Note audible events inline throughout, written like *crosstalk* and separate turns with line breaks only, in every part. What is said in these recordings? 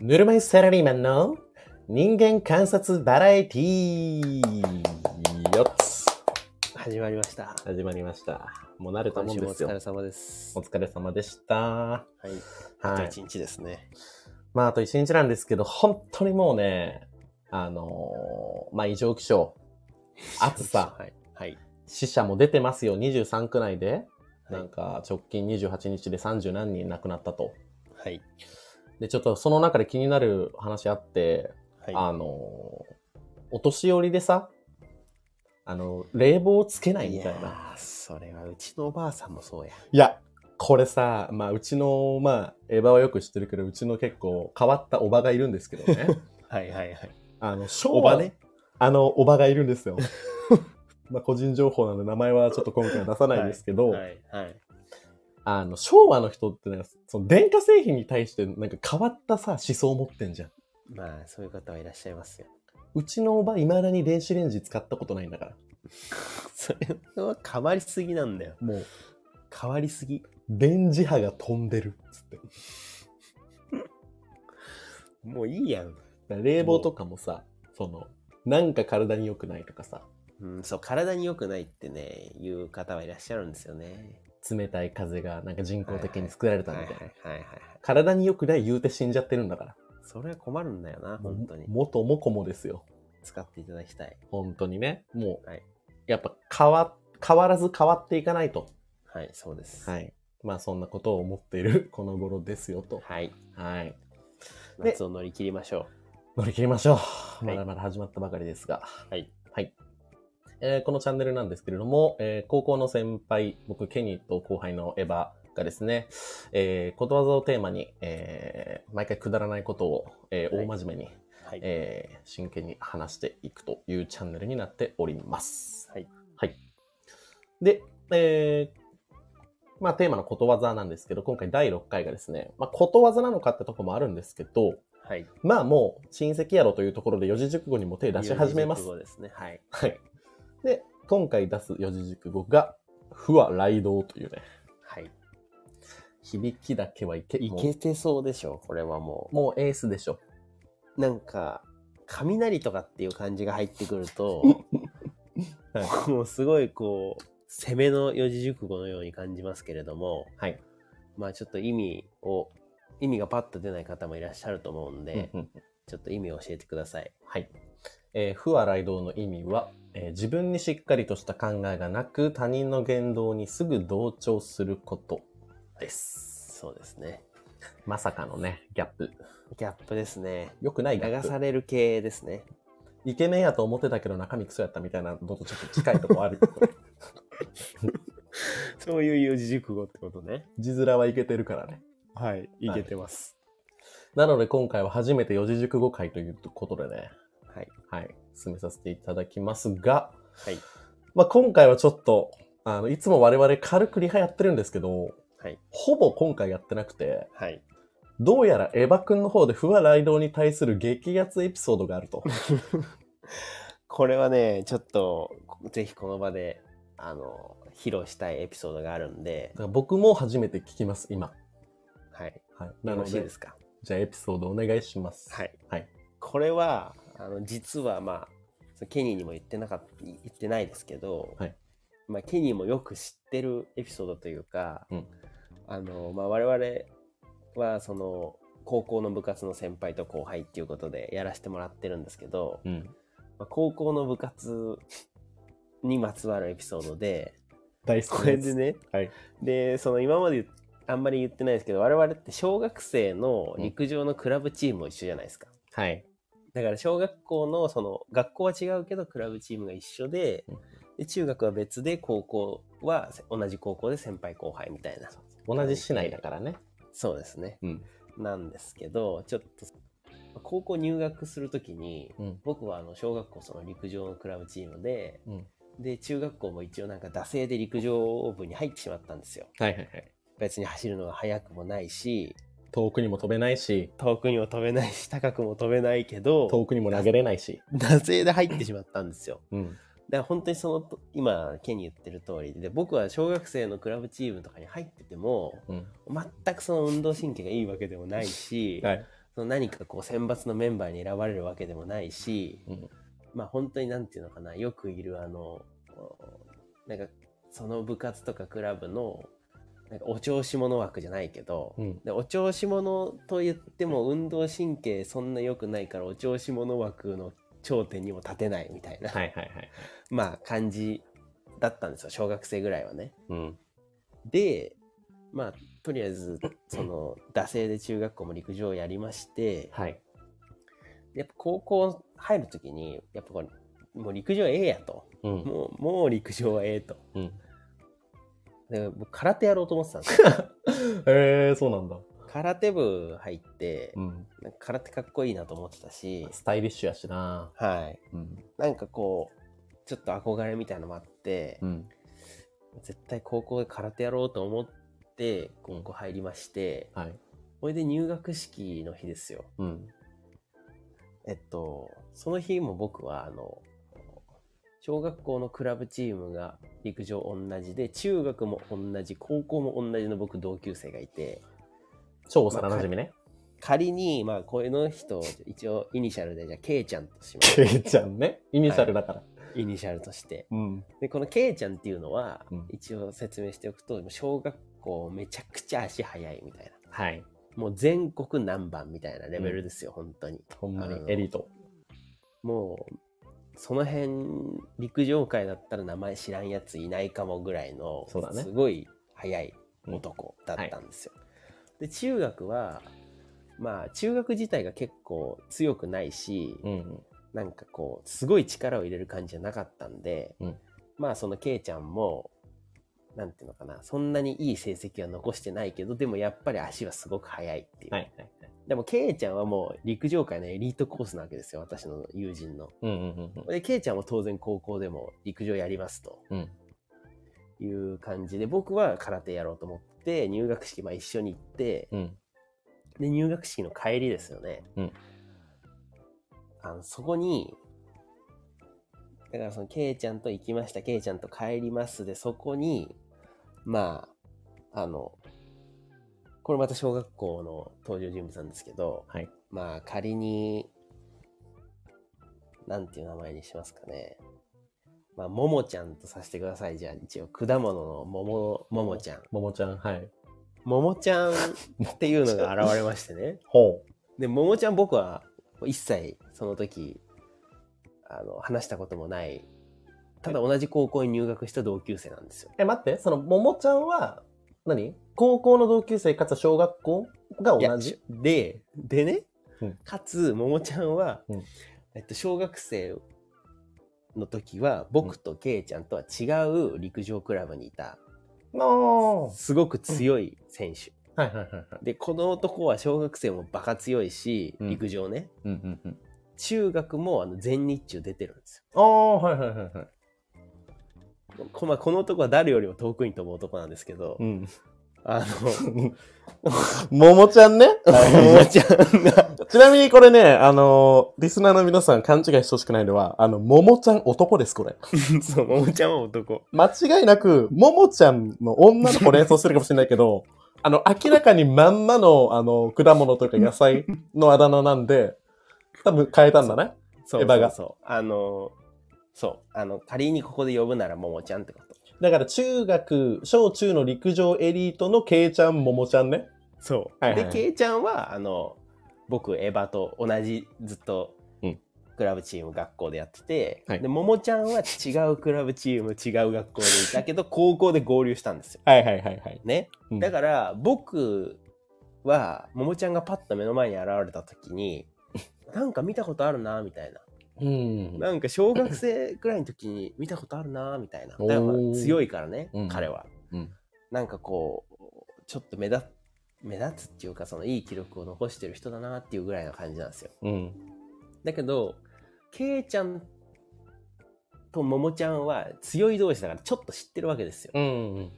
ぬるま湯サラリーマンの人間観察バラエティーよっつ
始まりました。
始まりました。もう慣れた
今
もん
週も
で
お
すよ
疲。れ様です。
お疲れ様でした。
はい。あ
は
と
い。
一日ですね。
まあ、あと一日なんですけど、本当にもうね、あのーまあ、異常気象、暑さ、
はい。はい。
死者も出てますよ、23区内で。
は
なん
い。
か、直近28日で30何人亡くなったと。
はい。
で、ちょっとその中で気になる話あって、
は
あのーお年寄りでさ、あの、冷房をつけない
い。
みたいな。いや
やーそれはうちのおばあさんもそうや。
これさ、まあ、うちの、まあ、エヴァはよく知ってるけど、うちの結構変わったおばがいるんですけど *laughs* ね。
はいはいはい。
あの、昭和
おばね。
あの、おばがいるんですよ。 *laughs* まあ、個人情報なので名前はちょっと今回は出さないんですけど、
はいはい。
あの、昭和の人ってなんか、その電化製品に対してなんか変わったさ、思想を持ってんじゃん。
まあ、そういう方はいらっしゃいますよ。
うちのおば、未だに電子レンジ使ったことないんだから。
それは変わりすぎなんだよ。
もう、
変わりすぎ。
電磁波が飛んでるっつって。だか
もういいやん。
ら冷房とかもさ、その、なんか体に良くないとかさ、
うん、そう、体に良くないってね、言う方はいらっしゃるんですよね。
冷たい風がなんか人工的に作られた
はい
み
はい
たいな。
はいはい。
体に良くない言うて死んじゃってるんだから。
それは困るんだよな、
もう
本当に。
元も子もですよ。
使っていただきたい。
本当にね。もう、
はい
やっぱ変わ、変わらず変わっていかないと。
はい、そうです。
はい。まあそんなことを思っているこの頃ですよと。
はい。
はい。で
夏を乗り切りましょ
乗り切りましょう。
い
まだまだ始まったばかりですが。
う。はい。
えーこのチャンネルなんですけれども、えー高校の先輩、僕、ケニーと後輩のエヴァがですね、えーことわざをテーマに、えー毎回くだらないことを、えー
はい
大真面目に、
はい。
えー真剣に話していくというチャンネルになっております。
はい。
はい。で、えーまあ、テーマのことわざなんですけど、今回第6回がですね、まあ、ことわざなのかってとこもあるんですけど、
はい。
まあもう親戚やろというところで四字熟語にも手出し始めます
有。名熟語ですね。はい。
はい。で、今回出す四字熟語が、不は雷道というね、
はい。
響きだけはいけ、
い
もう
けてそうでしょう、これはも
もうエースでしょ。
う。なんか、雷とかっていう感じが入ってくる *laughs* と、
は
もうすごいこう、攻めの四字熟語のように感じますけれども、
はい。
まあちょっと意味を、意味がパッと出ない方もいらっしゃると思うんで、
うんうん
ちょっと意味を教えてください。
はい。えー不は雷道の意味は、えー自分にしっかりとした考えがなく、他人の言動にすぐ同調することです。
そうですね。
まさかのね、ギャップ。
ギャップですね。
よくないギャ
流
ッ
さ
プ。
れる系ですね。
イケメンやと思ってたけど中身クソやったみたいなのとちょっと近いとこある。
そういう四字熟語ってことね。
*laughs* 字面はいけてるからね。
はい。
いけ
てます。
なので今回は初めて四字熟語会ということでね、
はい。
はい、進めさせていただきますが、
はい。
まあ、今回はちょっと、あの、いつも我々軽くリハやってるんですけど、
はい。
ほぼ今回やってなくて、
はい。
どうやらエヴァ君の方で不破雷道に対する激アツエピソードがある
*laughs*
と。
これはね、ちょっと、ぜひこの場で、あの、披露したいエピソードがあるんで
だ、から僕も初めて聞きます、今。
はい。
はい。な
よ
の
ろしい
で
で、すか
じゃあエピソードお願いします。
はい。
はい。
これは、あの、実はまあ、そのケニーにも言ってなかっ言ってないですけど、
はい
まあ、ケニーもよく知ってるエピソードというか、
うん
あの、まあ、我々は、その、高校の部活の先輩と後輩っていうことでやらせてもらってるんですけど、
うん。
まあ、高校の部活にまつわるエピソード
*laughs*
で、
大好き
こ
な
れ
やつ
で。ね、
はい
でその今まであんまり言ってないですけど我々って小学生の陸上のクラブチームも一緒じゃないですか、
はい。
だから小学校のその学校は違うけどクラブチームが一緒で
うん
で中学は別で高校は同じ高校で先輩後輩みたいな
同じ市内だからね。
そうですね
うん。
なんですけどちょっと高校入学するときに
うん。
僕はあの小学校その陸上のクラブチームで
うん。
で中学校も一応なんか惰性で陸上部に入ってしまったんですよ
はいはいはい。
別に走るのが速くもないし
遠くにも飛べないし、
遠くにも飛べないし高くも飛べないけど
遠くにも投げれないし。
惰性で入ってしまったんですよ
うん。
だから本当にそのと今ケに言ってる通りで僕は小学生のクラブチームとかに入ってても
うん。 *laughs*
全くその運動神経がいいわけでもないし、
はい。
その何かこう選抜のメンバーに選ばれるわけでもないし、
うん
まあ本当になんていうのかなよくいるあのなんかその部活とかクラブのなんかお調子者枠じゃないけど、
うん
でお調子者と言っても運動神経そんな良くないからお調子者枠の頂点にも立てないみたいな、
はいはいはい。
まあ感じだったんですよ小学生ぐらいはね。
うん。
でまあとりあえず
*laughs*
その惰性で中学校も陸上をやりまして
はい。
やっぱ高校入る時にやっぱこれもう陸上ええやと
うん。
もうもう陸上はええと
*laughs* うん。
で僕空手やろうと思ってたんですよ
えー、そうなんだ。
空手部入って
うん。
なんか空手かっこいいなと思ってたし
スタイリッシュやしな。
はい
うん。
なんかこうちょっと憧れみたいのもあって、
うん。
絶対高校で空手やろうと思って高校入りまして、
はい。
これで入学式の日ですよ
うん。
えっと、その日も僕は、あの、小学校のクラブチームが陸上同じで、中学も同じ、高校も同じの僕同級生がいて、
超幼馴染みね。
仮に、まあ、この人、一応、イニシャルで、じゃあ、ケイちゃんとしま
ケ
す。
イちゃんね。イニシャルだから。
イニシャルとして。
うん。
で、このケイちゃんっていうのは、
うん
一応説明しておくと、小学校めちゃくちゃ足速いみたいな。
はい。
もう全国何番みたいなレベルですよ、本当に。
ほんまに
あの
エリート。
もうその辺陸上界だったら名前知らんやついないかもぐらいの
そうだね
すごい速い男だったんですよ。で中学はまあ中学自体が結構強くないし、
うん。
なんかこうすごい力を入れる感じじゃなかったんで、
うん
まあそのケイちゃんもなんていうのかなそんなにいい成績は残してないけどでもやっぱり足はすごく速いっていう、
はいはい。
でもケイちゃんはもう陸上界のエリートコースなわけですよ私の友人の。
うんうんうん
で、ケイちゃんも当然高校でも陸上やりますと
うん。うん。
いう感じで、僕は空手やろうと思って、入学式まあ一緒に行って、
うん。
で、入学式の帰りですよね。
うん
あの、そこに、だからその、ケイちゃんと行きました、ケイちゃんと帰りますで、そこに、まあ、あの、これまた小学校の登場人物なんですけど、
はい。
まあ仮に、なんていう名前にしますかね。まあ、ももちゃんとさせてください。じゃあ、一応、果物のもも、ももちゃん。
ももちゃん、はい。
ももちゃんっていうのが現れましてね。
ほ
で、ももちゃん僕は一切その時、あの、話したこともない、ただ同じ高校に入学した同級生なんですよ。
え、待って、その、ももちゃんは、何高校の同級生かつ小学校が
いや
同じ
で、でね、
うん
かつ、ももちゃんは、
うん
えっと、小学生の時は、僕とケイちゃんとは違う陸上クラブにいた、
の
すごく強い選手。
はいはいはいはい。
で、この男は小学生もバカ強いし、
うん
陸上ね。
うんうんうん。
中学もあの全日中出てるんです
ああ、はいはいはいはい。
よ。こ,、まあ、この男は誰よりも遠くに飛ぶ男なんですけど、
うん。 *laughs*
あ
ももちゃんね。
の、ももちゃんが、
ちなみにこれね、あのリスナーの皆さん勘違いしてほしくないのは、あの、ももちゃん男です、これ。
*laughs* そう、ももちゃんは男。
間違いなく、ももちゃんの女の子を連想してるかもしれないけど、 *laughs* あの、明らかにまんまの、あの、果物というか野菜のあだ名なんで、多分変えたんだね。
そう
エヴァが
そうそうあの、そう。あの、仮にここで呼ぶならももちゃんってこと。
だから中学、小中の陸上エリートのケイちゃん、ももちゃんね。
そう。
はいはいはい
で、ケイちゃんは、あの、僕、エヴァと同じ、ずっと
うん、
クラブチーム学校でやってて、
はい
で、ももちゃんは違うクラブチーム、違う学校でいたけど、高校で合流したんですよ。
はいはいはいはい。
ね。
うん
だから、僕は、ももちゃんがパッと目の前に現れた
*laughs*
時に、なんか見たことあるな、みたいな。
うん。
なんか小学生くらいの時に見たことあるなみたいな。
おー
だからまあ強いからね、
うん
彼は、
うん
なんかこう、ちょっと目立目立つっていうか、そのいい記録を残してる人だなっていうぐらいの感じなんですよ。
うん。
だけど、ケイちゃんとももちゃんは強い同士だからちょっと知ってるわけですよ。
うん。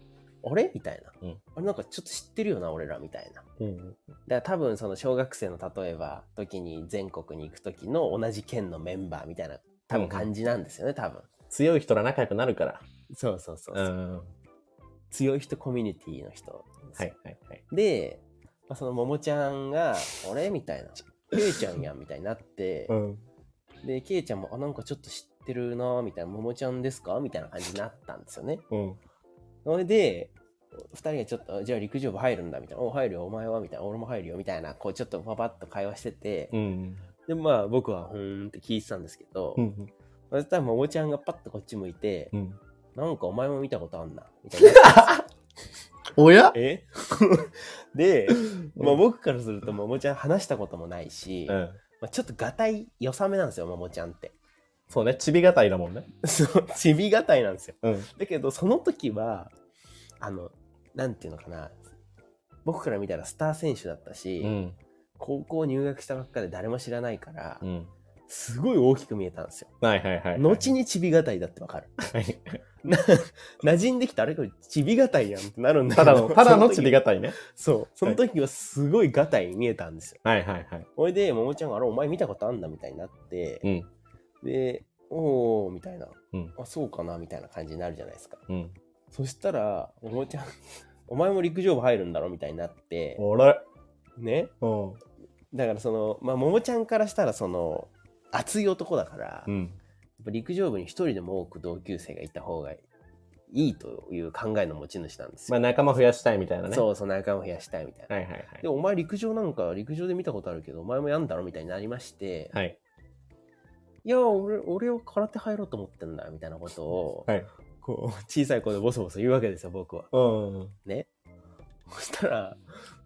あれみたいな、
うん
あれなんかちょっと知ってるよな、俺らみたいな。
うん。
だから多分その小学生の例えば時に全国に行く時の同じ県のメンバーみたいな多分感じなんですよね、多分。
強い人ら仲良くなるから。
そうそうそう
うん。は
強い人コミュニティの人、
いはいはい。
で、あ、そのももちゃんが「俺?」みたいな「ケイちゃんやん」みたいになって、
ん。
でケイちゃんも「あなんかちょっと知ってるな」みたいな「ももちゃんですか?」みたいな感じになったんですよね。
うん。
それで2人がちょっと「じゃあ陸上部入るんだ」みたいな「お入るよお前は」みたいな「俺も入るよ」みたいなこうちょっとパパッと会話してて、
うん。
でまあ僕は「ほーん」って聞いてたんですけど、
うん。
そしたらももちゃんがパッとこっち向いて
う、ん。
なんかお前も見たことあんな。みたいな。
*laughs* おや
え *laughs* で、
うん
まあ、僕からするとももちゃん話したこともないし、
う
ま
ん。
あ、ちょっとがたいよさめなんですよももちゃんって *laughs*
そうね、ちびがたいだもんね。
そうちびがたいなんですよ
うん。
だけどその時はあのなんていうのかな僕から見たらスター選手だったし、
うん。
高校入学したばっかで誰も知らないから、
うん。
すごい大きく見えたんですよ、
はいはいはい。
後にちびがたいだってわかる
はい。
な *laughs* 馴染んできたあれこれちびがたいやんってなるんだ
*laughs*
け
た
ど
*laughs*
*laughs*
だの、ただのちび
が
がたいね。
そうその時はすごいがたいに見えたんですよ
はいはいはい。
ほいで、ももちゃんが、あれ、お前見たことあんだみたいになって、
うん。
で、おー、みたいな、
うん
あ、そうかな、みたいな感じになるじゃないですか。
うん。
そしたら、ももちゃん、 *laughs* お前も陸上部入るんだろみたいになって、
あれ
ね。
うん。
だから、その、まあ、ももちゃんからしたら、その、熱い男だから、
う
やっ
ん。
ぱ陸上部に一人でも多く同級生がいた方がいいという考えの持ち主なんです
まあ
よ。
仲間増やしたいみたいなね。
そうそう、仲間を増やしたいみたいな。
はいはいはい。
で、お前陸上なんか、陸上で見たことあるけど、お前もやんだろみたいになりまして、
はい。
いや俺俺を空手入ろうと思ってんだみたいなことを、
はい
こう小さい声でボソボソ言うわけですよ僕は。
うん。
*laughs* そしたら、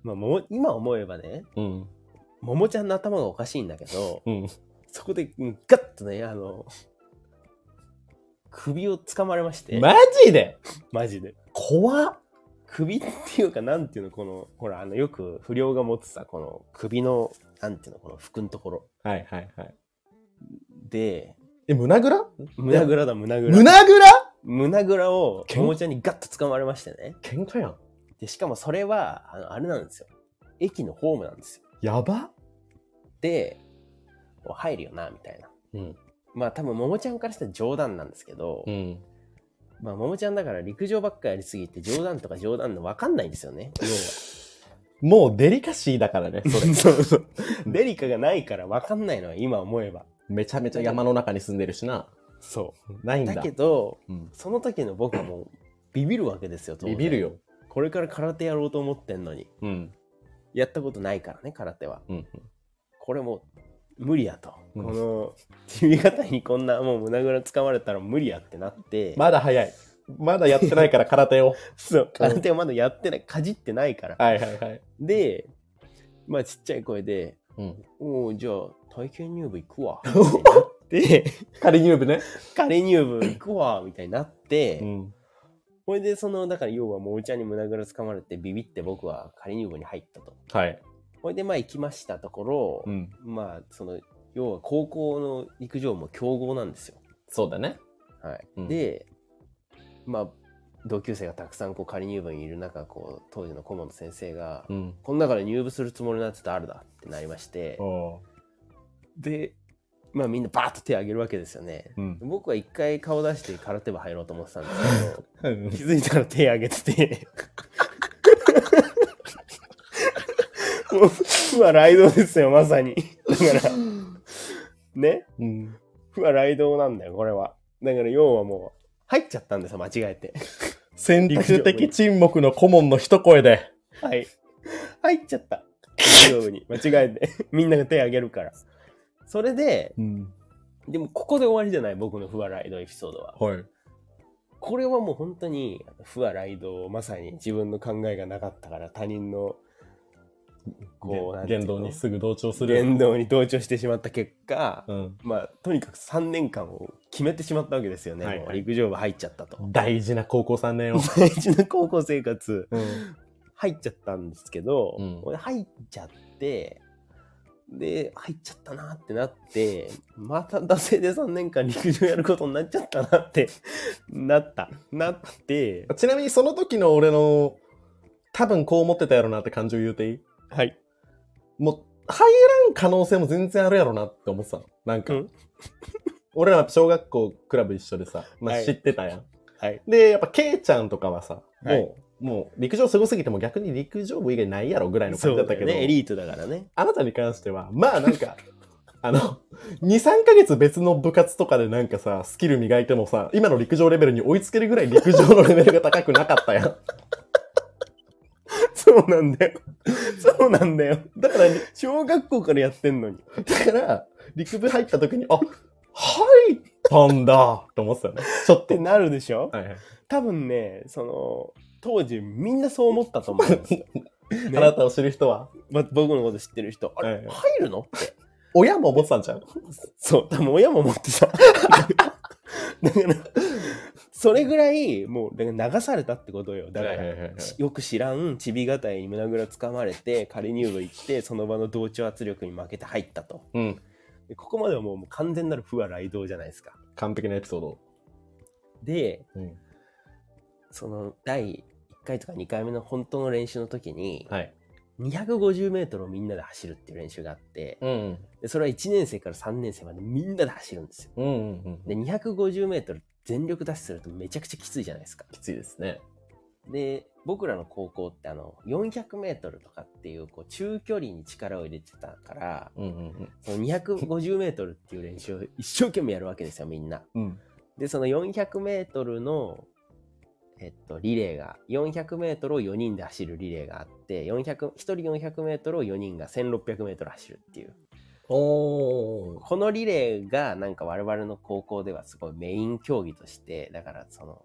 まあ、もう今思えばね
うん。
桃ちゃんの頭がおかしいんだけど
うん。
そこでうんガッとねあの首を掴まれまして、
マジで
マジで
怖っ
首っていうかなんていうのこのほらあのよく不良が持ってたこの首のなんていうのこの服のところ
はいはいはい。
で
え、胸ぐら
胸ぐらだ胸ぐら
胸ぐら
胸ぐらを
けん
桃ちゃんにガッと掴まれましてね
喧嘩やん。
で、しかもそれは、あの、あれなんですよ。駅のホームなんですよ。
やば
で、こう入るよな、みたいな。
うん。
まあ多分、ももちゃんからしたら冗談なんですけど、
うん。
まあ、ももちゃんだから陸上ばっかやりすぎて、冗談とか冗談の分かんないんです
*laughs*
よね。
もうデリカシーだからね、それ。
そう
*laughs*
そう。デリカがないから分かんないのは今思えば。
めちゃめちゃ山の中に住んでるしな。
そ
ないん
う。
だ。
だけど、
うん、
その時の僕はもう、ビビるわけですよ、当
ビ
然
ビる。よ。
これから空手やろうと思ってんのに。
うん。
やったことないからね、空手は。
うん。
これもう無理やと、
うん
この君方にこんなもう胸ぐらつかまれたら無理やってなって、
まだ早い。まだやってないから空手を。
そう空手はまだやってないかじってないから、
*laughs* はいはいはい。
でまあちっちゃい声で
うん。
「おおじゃあ体験入部行く
*laughs*
わ」ってなって
仮入部ね。
「仮入部行くわ」みたいになって、
ん。
これでそのだから要はもうちゃんに胸ぐらつかまれてビビって僕は仮入部に入ったと
はい。
これでまあ行きましたところ、
ん。
まあその要は高校の陸上部も強豪なんですよ
そうだね。
はい
うん
で、まあ、同級生がたくさんこう仮入部にいる中こう当時の顧問の先生が、
うん。
この中で入部するつもりのやつ誰だってなりまして、
お
で、まあ、みんなバーッと手を挙げるわけですよね。
うん。
僕は一回顔出して空手部入ろうと思ってたんですけど
*laughs* うん
気づいたら手挙げてて *laughs* もう不破雷道ですよまさにだからね
うん。
*laughs* 不破雷道なんだよ、これは。だから要はもう、入っちゃったんですよ、間違
*laughs*
えて。
選択的沈黙の顧問の一声で。
はい。入っちゃった。陸上部に。間違えて。 *laughs* みんなが手あげるから。それで、
うん。
でもここで終わりじゃない、僕の不破雷道エピソードは。
はい。
これはもう本当に、不破雷道をまさに自分の考えがなかったから、他人の、こう、なんていう
言
の
動にすぐ同調する。
言動に同調してしまった結果、
うん。
まあ、とにかく3年間を決めてしまったわけですよね。
はいはい
もう陸上部入っちゃったと。
大事な高校3年を。
*laughs* 大事な高校生活
うん。
入っちゃったんですけど、
うん
俺入っちゃってで入っちゃったなってなってまた惰性で3年間陸上やることになっちゃったなってなったなって
*laughs* ちなみにその時の俺の、多分こう思ってたやろなって感情言うていい
はい
もう、入らん可能性も全然あるやろなって思ってたの。なんか、
うん
俺ら小学校クラブ一緒でさ、ま
は
あ、
い
知ってたやん。
はい
で、やっぱ、ケイちゃんとかはさ、
はい
ももう陸上すごすぎても逆に陸上部以外ないやろぐらいの感
そう
じだ
だっ
ったたけ
けど、
ど、
ね、エリートだからね。
あなたに関しては、まあなんか、 *laughs* あの、2、3ヶ月別の部活とかでなんかさ、スキル磨いてもさ、今の陸上レベルに追いつけるぐらい陸上のレベルが高くなかったやん。 *laughs*
そうなんだよ。そうなんだよ。
だから、
小学校からやってんのに。
だから、陸部入った時に、あ、入ったんだと思ってたよね。ちょっ
っ
と
て。なるでしょ
はいはい
多分ね、その、当時みんなそう思ったと思うんです *laughs* よ。ね
あなたを知る人は、
ま僕のこと知ってる人、あれ、
はいはい
入るのって。
親も思ってたんじゃん。
そう、多分親も持って *laughs* さ。だから、それぐらい、もう、だから流されたってことよ。だから、よく知らん、ちびがたいに胸ぐらつかまれて、仮入部行って、その場の同調圧力に負けて入ったと。
うん。
でここまではもうもう完全なる不和雷動じゃないですか。
完璧なエピソード。
で、
うん。
その第1回とか2回目の本当の練習の時に、
はい。
250メートルをみんなで走るっていう練習があって、
うん。
でそれは1年生から3年生までみんなで走るんですよ。
うんうんうん。
で、250メートル全力ダッシュするとめちゃくちゃきついじゃないですか。
きついですね。
で、僕らの高校ってあの、400メートルとかっていう、こう、中距離に力を入れてたから、
うんうん
その250メートルっていう練習を一生懸命やるわけですよ、みんな。
うん。うん。
で、その400メートルの、えっと、リレーが、400メートルを4人で走るリレーがあって、400、1人400メートルを4人が1600メートル走るっていう。
おー。
このリレーが、なんか我々の高校ではすごいメイン競技として、だからその、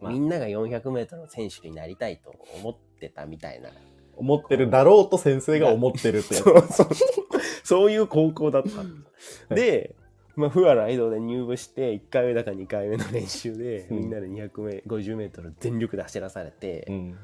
まあ
みんなが400メートルの選手になりたいと思ってたみたいな。
思ってるだろうと先生が思ってるってやつ。
うそう。そういう高校だった。で、まあ、フアラ移動で入部して、1回目だか2回目の練習で、
うん
みんなで200メ50メートル全力で走らされ
う
て、
ん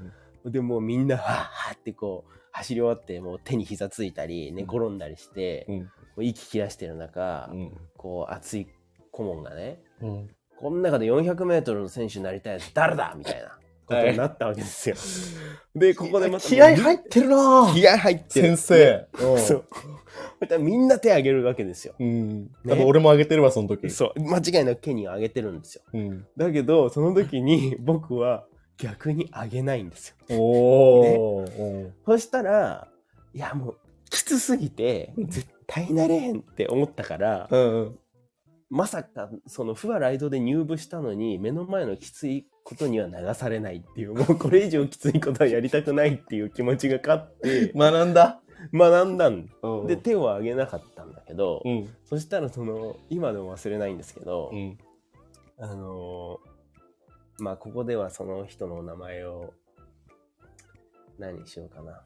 で、もうみんな、はぁはぁってこう、走り終わって、もう手に膝ついたり、寝転んだりして、
う
も
ん
う息切らしてる中、
うん
こう、熱い顧問がね、
うん
この中で400メートルの選手になりたいやつ誰だ *laughs* みたいなことになったわけですよ。 *laughs* で、ここでまた。
気合入ってるなぁ
気合入って
先
る
生。
そう。そしたらみんな手挙げるわけですよ。
うん。
ね
やっぱ俺もあげてるわ、その時。
そう。間違いなくケニーを上げてるんですよ。
うん。
だけど、その時に *laughs* 僕は逆に上げないんですよ。
おーお
そしたら、いやもう、きつすぎて、絶対なれへんって思ったから、
ー。うん。
まさか、その、不和ライドで入部したのに、目の前のきついことには流されないっていう、 *laughs* もうこれ以上きついことはやりたくないっていう気持ちが勝って、
学んだ。
学んだん。
で、
で、手を挙げなかったんだけど、
うん。
そしたらその、今でも忘れないんですけど、
うん。
あのーまあここではその人のお名前を何にしようかな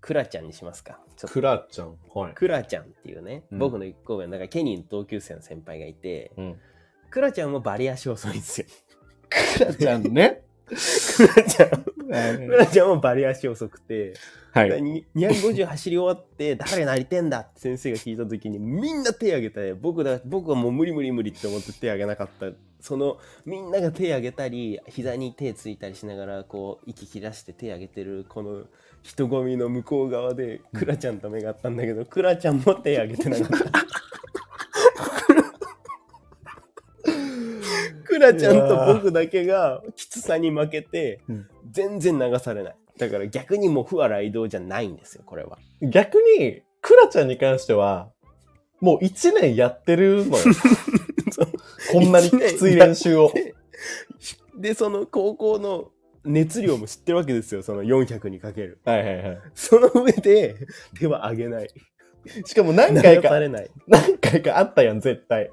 クラちゃんにしますかちょっと
クラちゃん。はい。
クラちゃんっていうね、
うん
僕の一個上のなんかケニーの同級生の先輩がいて
うん。
クラちゃんもバリ足遅いんですよ *laughs*
クラちゃんね。
クラちゃんクラちゃんもバリ足遅くて、
はい。
に250走り終わって誰なりてんだって先生が聞いた時にみんな手挙げたよ僕だ僕はもう無理無理無理って思って手挙げなかったそのみんなが手挙げたり膝に手ついたりしながらこう息切らして手挙げてるこの人混みの向こう側でクラちゃんと目があったんだけどクラちゃんも手挙げてな
*laughs*
かった。クラちゃんと僕だけがきつさに負けて
うん
全然流されないだから逆にもう不和雷動じゃないんですよこれは
*laughs* 逆に、クラちゃんに関しては、もう一年やってる
*laughs*
のよ
そう。
こんなにきつい練習を。
でその高校の熱量も知ってるわけですよその400にかける
はいはいはい。
その上で手は上げない
しかも何
流
回か
さ、れない
何回かあったやん、絶対。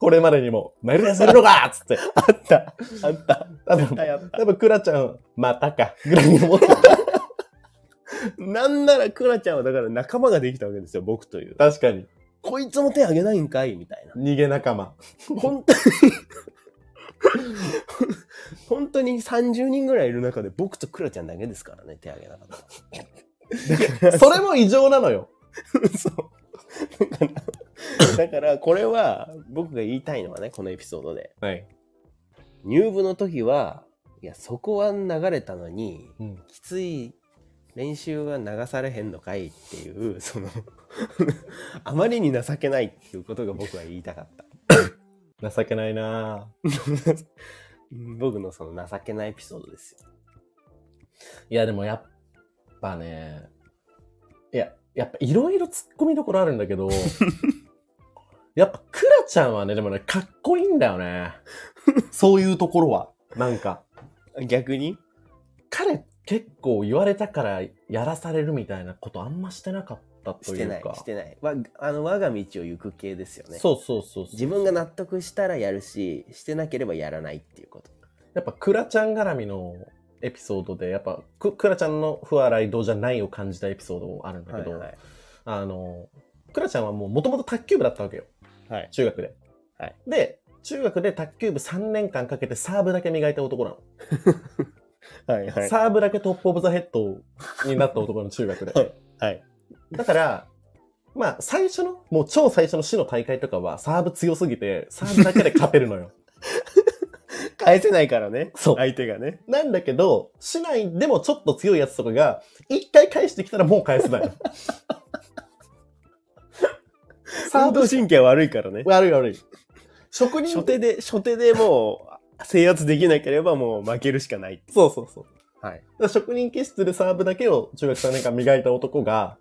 これまでにも、なるやせるのかっつって。
あったあった
多
絶
分、
対あった
多分クラちゃん、またか、ぐらいに思ってた。
なんならクラちゃんはだから仲間ができたわけですよ僕という
確かに。
こいつも手挙げないんかいみ
*laughs*
たいな
逃げ仲
*laughs*
間。
本当に本当に30人ぐらいいる中で僕とクラちゃんだけですからね手挙げなかった
それも異常なのよ。
そう。だから、だからこれは僕が言いたいのはね、このエピソードで。
はい。
入部の時は、いや、そこは流れたのに、
うん。
きつい練習は流されへんのかいっていう、その、 *laughs* あまりに情けないっていうことが僕は言いたかった。
情けないなぁ
僕のその情けないエピソードですよ。
いや、でもやっぱね、いや、やっぱいろいろ突っ込みどころあるんだ
*laughs*
けど、やっぱクラちゃんはね、でもね、かっこいいんだよね。そういうところは。なんか、
逆に
彼結構言われたからやらされるみたいなことあんましてなかった
し
とい
て
う
ない
か。
してないわあの我が道を行く系ですよね
そうそうそうそう。
自分が納得したらやるししてなければやらないっていうこと
やっぱクラちゃん絡みのエピソードで、やっぱククラちゃんの不洗い道じゃないを感じたエピソードあるんだけど、
はい
あの、クラちゃんはもう元々卓球部だったわけよ。
はい
中学で。
はい
で、中学で卓球部3年間かけてサーブだけ磨いた男なの。
はい
サーブだけトップオブザヘッドになった男の中学で。
はい *laughs* はい
だから、まあ最初の、もう超最初の市の大会とかはサーブ強すぎて、サーブだけで勝てる
*laughs*
のよ。
返せないからね
そう
相手がね
なんだけど、市内でもちょっと強いやつとかが、一回返してきたらもう返せ
*laughs*
ないの。サー
運
ブ
動神経悪いからね
悪い悪い。職人
初手で初手でもう制圧できなければもう負けるしかない
そうそうそう。
はい
だから職人気質でサーブだけを中学3年間磨いた男が、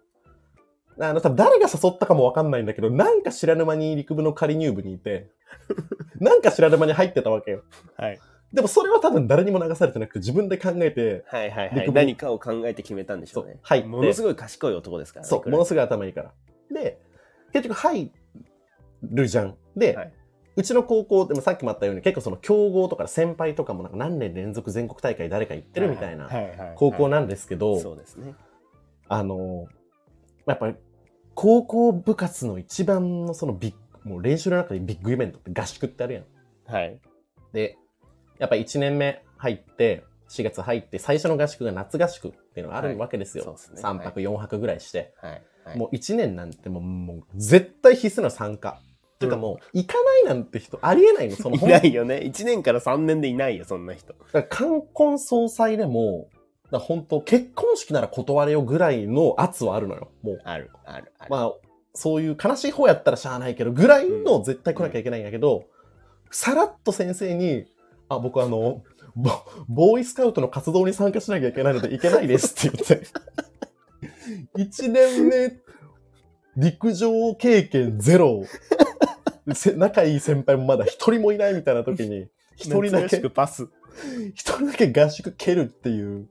あの、多分誰が誘ったかもわかんないんだけど、なんか知らぬ間に陸部の仮入部にいて、
*laughs*
なんか知らぬ間に入ってたわけよ。
はい
でもそれは多分誰にも流されてなくて自分で考えて、
はいはい
で
はい
僕も
何かを考えて決めたんでしょうね
そう入って
ものすごい賢い男ですからね
そう、
これ
ものすごい頭いいから。で、結局入るじゃん。で、
はいう
ちの高校でもさっきもあったように結構その強豪とか先輩とかもなんか何年連続全国大会誰か行ってるみたいな
はは
高校なんですけど、
そうですね
あの、やっぱり、高校部活の一番のそのビッグ、もう練習の中でビッグイベントって合宿ってあるやん。
はい
で、やっぱ1年目入って、4月入って、最初の合宿が夏合宿っていうのがあるわけですよ。
はいそうですね
3泊、4泊ぐらいして。
はいはい
もう1年なんてもう、もう絶対必須な参加。というかもう、行かないなんて人ありえないの、そ
*laughs*
の
いないよね。1年から3年でいないよ、そんな人。
だから冠婚葬祭でも、だから本当結婚式なら断れよぐらいの圧はあるのよ。もう、
ある、ある、ある。
まあ、そういう悲しい方やったらしゃあないけど、ぐらいの絶対来なきゃいけないんやけど、さらっと先生に、あ、僕あの、ボボーイスカウトの活動に参加しなきゃいけないので行けないですって
*laughs*
言って。1年目、陸上経験ゼロ。せ仲いい先輩もまだ一人もいないみたいな時に、一人だ
珍し
け
く、パス。
一人だけ合宿蹴るっていう。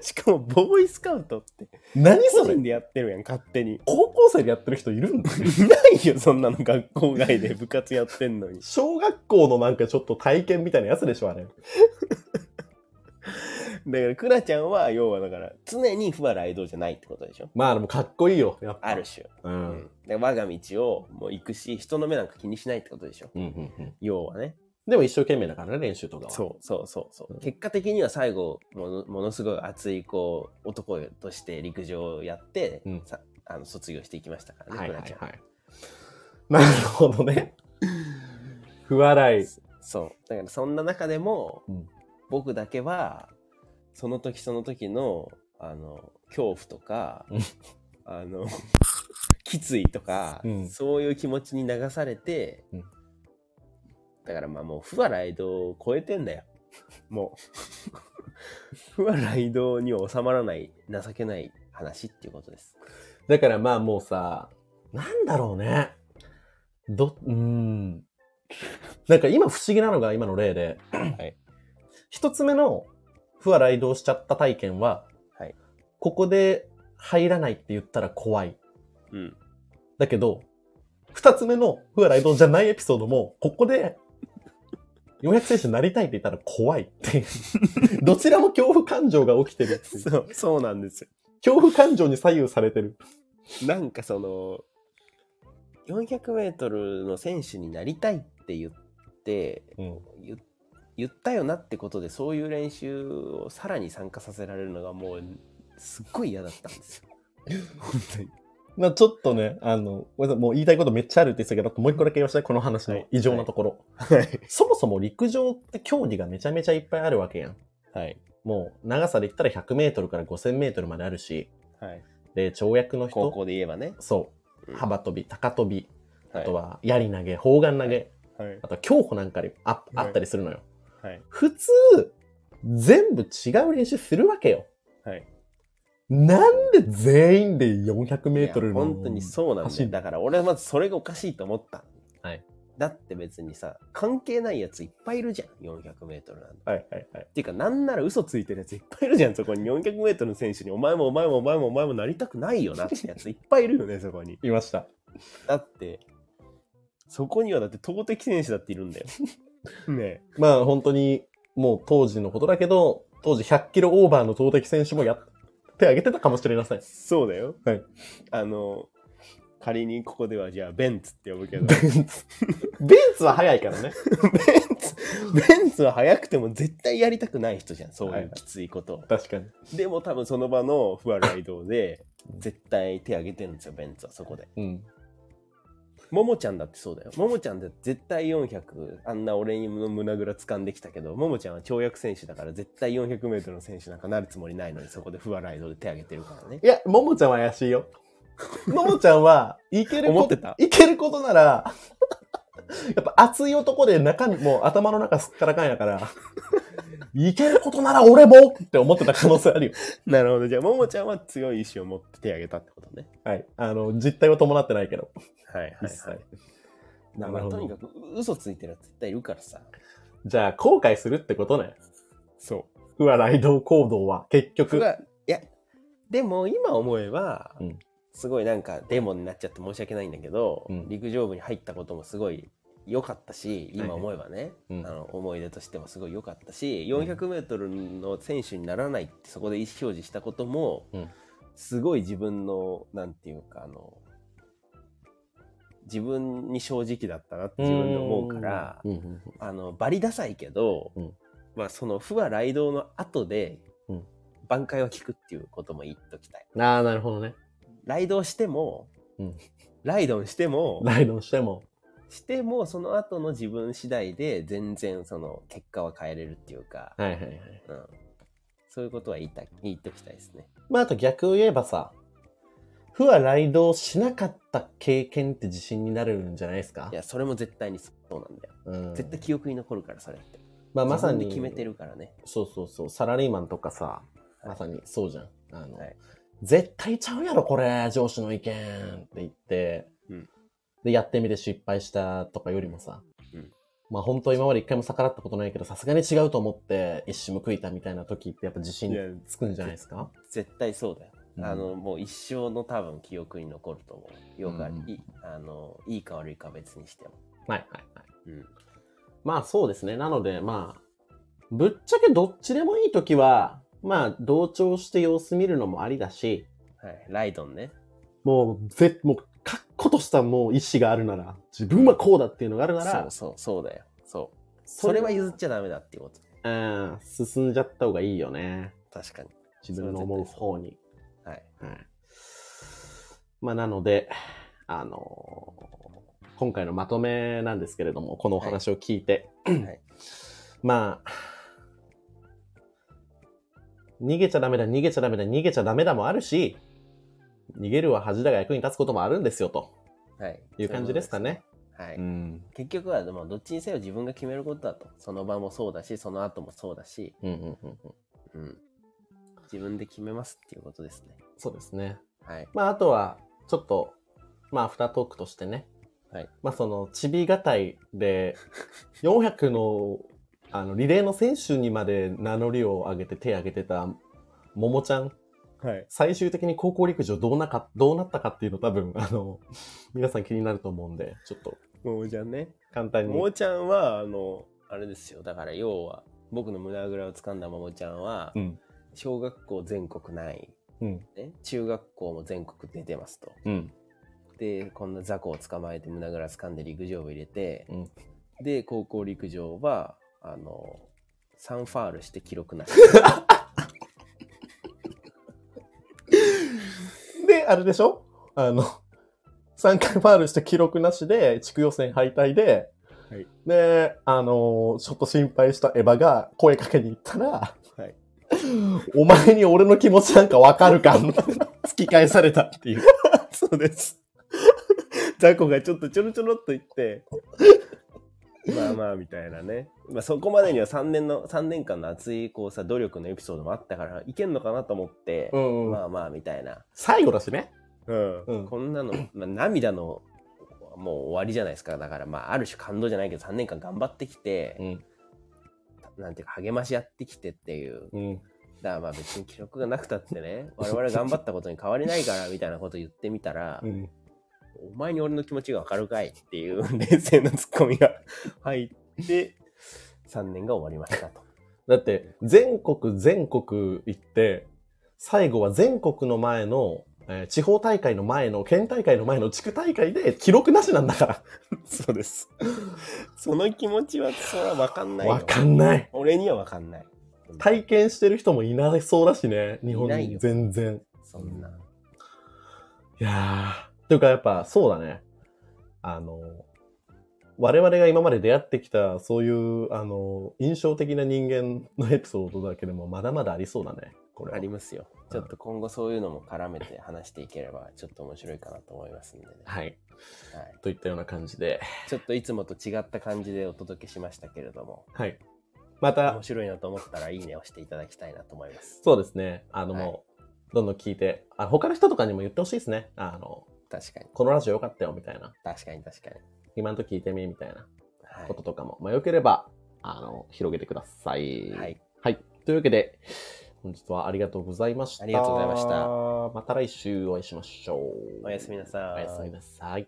しかも、ボーイスカウトって、
何そ
個
れ
人でやってるやん、勝手に。
高校生でやってる人いるんだ
いないよ、そんなの学校外で部活やってんのに。
小学校のなんかちょっと体験みたいなやつでしょ、あれ。
だから、クラちゃんは、要はだから、常に不破ライドじゃないってことでしょ。
まあでもかっこいいよ、やっぱ。
ある。種。
う。。
うんで我が道をもう行くし、人の目なんか気にしないってことでしょ。
うんうんうん、
要はね。
でも一生懸命だからね、練習とかは。
そうそうそうそう、
うん
結果的には最後ものものすごい熱いこう男として陸上をやって、
うん
さあの卒業していきましたからね、
はいはい
クラちゃん
はい。なるほど *laughs* ね。不笑い。
そうだからそんな中でも、
うん
僕だけはその時その時のあの恐怖とか
うん
あの *laughs* きついとか、
うん
そういう気持ちに流されて、
うん
だからまあもう不和ライドを超えてんだよもう *laughs* 不和ライドには収まらない情けない話っていうことです
だからまあもうさ、なんだろうね。ど、うーん。なんか今不思議なのが今の例で、
はい
一つ目の不笑いどうしちゃった体験は、
はい
ここで入らないって言ったら怖い。
うん
だけど、二つ目のフーライドじゃないエピソードも、ここで、400選手になりたいって言ったら怖いって
*laughs*
いう。どちらも恐怖感情が起きてるっていう。
そうそうなんですよ
恐怖感情に左右されてる。
なんかその 400m の選手になりたいって言って
うん。
言言ったよなってことでそういう練習をさらに参加させられるのがもうすっごい嫌だったんですよ。本当に
まあちょっとね、あの、ごめんなさいもう言いたいことめっちゃあるって言ってたけど、もう一個だけ言わせて、この話の異常なところ。
はい、
そもそも陸上って競技がめちゃめちゃいっぱいあるわけやん。
はい
もう、長さで言ったら100メートルから5000メートルまであるし、
はい、
で、跳躍の
高
人、
校で言えばね、
そう、
うん
幅跳び、高跳び、
はい
あとは、槍投げ、砲丸投げ、
はい
あとは競歩なんかにあ
はい
あったりするのよ。
はい
普通、全部違う練習するわけよ。
はい。
なんで全員で400メート
い
ル
や
の。
本当にそうなんだ
走
よ
る
だから俺はまずそれがおかしいと思った、
はい、
だって別にさ関係ないやついっぱいいるじゃん 400m なんて
はいはいはい。
っていうかなんなら嘘ついてるやついっぱいいるじゃんそこに 400m の選手にお前もお前もお前もお前もなりたくないよなってやついっぱいいるよねそ
*laughs*
こに
いました。
だってそこにはだって投擲選手だってい
*laughs*
るんだよねえ
まあ本当に、もう当時のことだけど、当時100キロオーバーの投擲選手もやってあげてたかもしれません。
そうだよ。
はい。
あの、仮にここではじゃあ、ベンツって呼ぶけど、
ベンツ。ベンツは速いからね。
ベンツ、ベンツは速くても絶対やりたくない人じゃん、そう
はい
い
はいう
きついことを。
確かに。
でも多分その場の不和ライドで、絶対手挙げてるんですよ、ベンツはそこで。
うん。
ももちゃんだってそうだよ。ももちゃんだって絶対400、あんな俺の胸ぐら掴んできたけど、ももちゃんは跳躍選手だから絶対400メートルの選手なんかなるつもりないのに、そこで不和ライドで手挙げてるからね。
いや、ももちゃんは怪しいよ。ももちゃんは、いけること、
思ってた
いけることなら、やっぱ熱い男で中身、もう頭の中すっからかんやから、いけることなら俺もって思ってた可能性あるよ。
*laughs* なるほど。じゃあ、ももちゃんは強い意志を持って手挙げたってことね。
はい。あの、実態は伴ってないけど、
はいはい、
一
はい
切。。
まあ
なるほど
とにかく嘘ついてるやつ絶対いるからさ。
じゃあ、後悔するってことね。
そ
不和雷道行動は、結
う。
局。
が、いや、でも今思えば、
うん
すごいなんかデモになっちゃって申し訳ないんだけど、
うん
陸上部に入ったこともすごい良かったし、今思えばね、
うん
あの思い出としてもすごい良かったし、
うん
400m の選手にならないってそこで意思表示したことも、
うん
すごい自分の、なんていうか、あの、自分に正直だったなって自分で思うから、
うんうんうん
あのバリダサいけど、
うん
まあその不和雷動の後で、
うん
挽回は効くっていうことも言っときたい。
ああ、なるほどね。
雷動しても、
うん
ライドンしても、
雷道しても。
してもその後の自分次第で全然その結果は変えれるっていうか、
はいはいはい。
うん、そういうことは言いた言っときたいですね。
まあ、あと逆を言えばさ、負は雷道しなかった経験って自信になるんじゃないですか
いやそれも絶対にそうなんだよ。
うん、
絶対記憶に残るからそれって。
まあ、まさ
自分
に、
で決めてるからね。
そうそうそう、サラリーマンとかさ、
い
まさにそうじゃん。あの、
はい
絶対ちゃうやろ、これ、上司の意見って言って、
うん
で、やってみて失敗したとかよりもさ、
うん
まあ本当今まで一回も逆らったことないけど、さすがに違うと思って一矢報いたみたいな時ってやっぱ自信
いや
つくんじゃないですか
絶対そうだよ。
うん
あのもう一生の多分記憶に残ると思う。よくある、
うん
いいあのいいか悪いか別にしても。
はいはいはい。
うん、
まあそうですね。なので、まあ、ぶっちゃけどっちでもいいときは、まあ同調して様子見るのもありだし、
はい、ライドンね。
もう、ぜ、もう、確固としたもう意思があるなら、自分はこうだっていうのがあるな
そう
ら、
そうそうだよ。そう。
そ
それは譲っちゃダメだっていうこと。
うん、進んじゃった方がいいよね。
確かに。
自分の思う方に。
はい。
はい。まあなので、あのー今回のまとめなんですけれども、このお話を聞いて、
はい
*clears throat* まあ、逃げちゃダメだ、逃げちゃダメだ、逃げちゃダメだもあるし、逃げるは恥だが役に立つこともあるんですよ、と
はい。
いう感じですかね。
そういうことです。はい。
ん。
結局はでもどっちにせよ自分が決めることだと。その場もそうだし、その後もそうだし、
うんうんうんうん。
うん、自分で決めますっていうことですね。
そうですね。
はい。
まあ、あとは、ちょっと、まあ、アフタートークとしてね。
はい。
まあ、その、ちびがたい
*laughs*
で、400の、あの、リレーの選手にまで名乗りを上げて、手を挙げてた、ももちゃん。
はい。
最終的に高校陸上どうなか、どうなったかっていうの多分、あの、皆さん気になると思うんで、ちょっと、
ももちゃんね。
簡単に。
ももちゃんは、あの、あれですよ。だから要は、僕の胸ぐらを掴んだももちゃんは
う、ん。
小学校全国何位、
うん。
ね、中学校も全国出てますと。
うん。
でこんな雑魚を捕まえて胸ぐら掴んで陸上部入れて、
うん
で高校陸上はあの3ファールして記録な *laughs* し
で、あれでしょあの、3回ファールして記録なしで、地区予選敗退で、
はい
で、あのーちょっと心配したエヴァが声かけに行ったら、
はい
*laughs* お前に俺の気持ちなんかわかるか *laughs* 突き返されたっていう。
*laughs* そうです雑魚がちょっとちょろちょろっと言ってまあまあみたいなね、まあ、そこまでには3年の3年間の熱いこうさ努力のエピソードもあったからいけんのかなと思って、
ん
まあまあみたいな、
最後だしね。
うん
うん
こんなの、まあ、涙のもう終わりじゃないですかだからまあある種感動じゃないけど3年間頑張ってきて、
うん。
なんていうか励まし合ってきてっていう
うん。
だからまあ別に記録がなくたって
*laughs*
ね我々頑張ったことに変わりないからみたいなこと言ってみたら、
うん。
お前に俺の気持ちがわかるかいっていう冷静なツッコミが入って3年が終わりましたと。
だって、全国、全国行って、最後は全国の前の、えー地方大会の前の、県大会の前の地区大会で記録なしなんだか
*laughs* そうです。その気持ちはそれはわかんな
ら。
いよ。
わかんない。
俺にはわかんない。
体験してる人もいなそうだしね。日本
いない
に
よ
全然。
そんな。
いやー。というかやっぱそうだね。あの、我々が今まで出会ってきた、そういう、あの、印象的な人間のエピソードだけでもまだまだありそうだね。これは
ありますよ。ちょっと今後そういうのも絡めて話していければちょっと面白いかなと思いますんでね。は
はい。
い。
といったような感じで。
ちょっといつもと違った感じでお届けしましたけれども、
はい。また
面、白いなと思ったらいいねをしていただきたいなと思います。
そうですね。あの、
はい
もう、どんどん聞いて、あ他の人とかにも言ってほしいですね。あの、
確かに。
このラジオ良かったよ、みたいな。
確かに確かに。
今んとこ聞いてみ、みたいな
は
こととかも。まあ、良ければ、あの、広げてくださ
い。はい。
はい。というわけで、本日はありがとうございました。
ありがとうございました
また来週お会いしましょう。
おやすみなさ
お
ーい。
やすみなさい。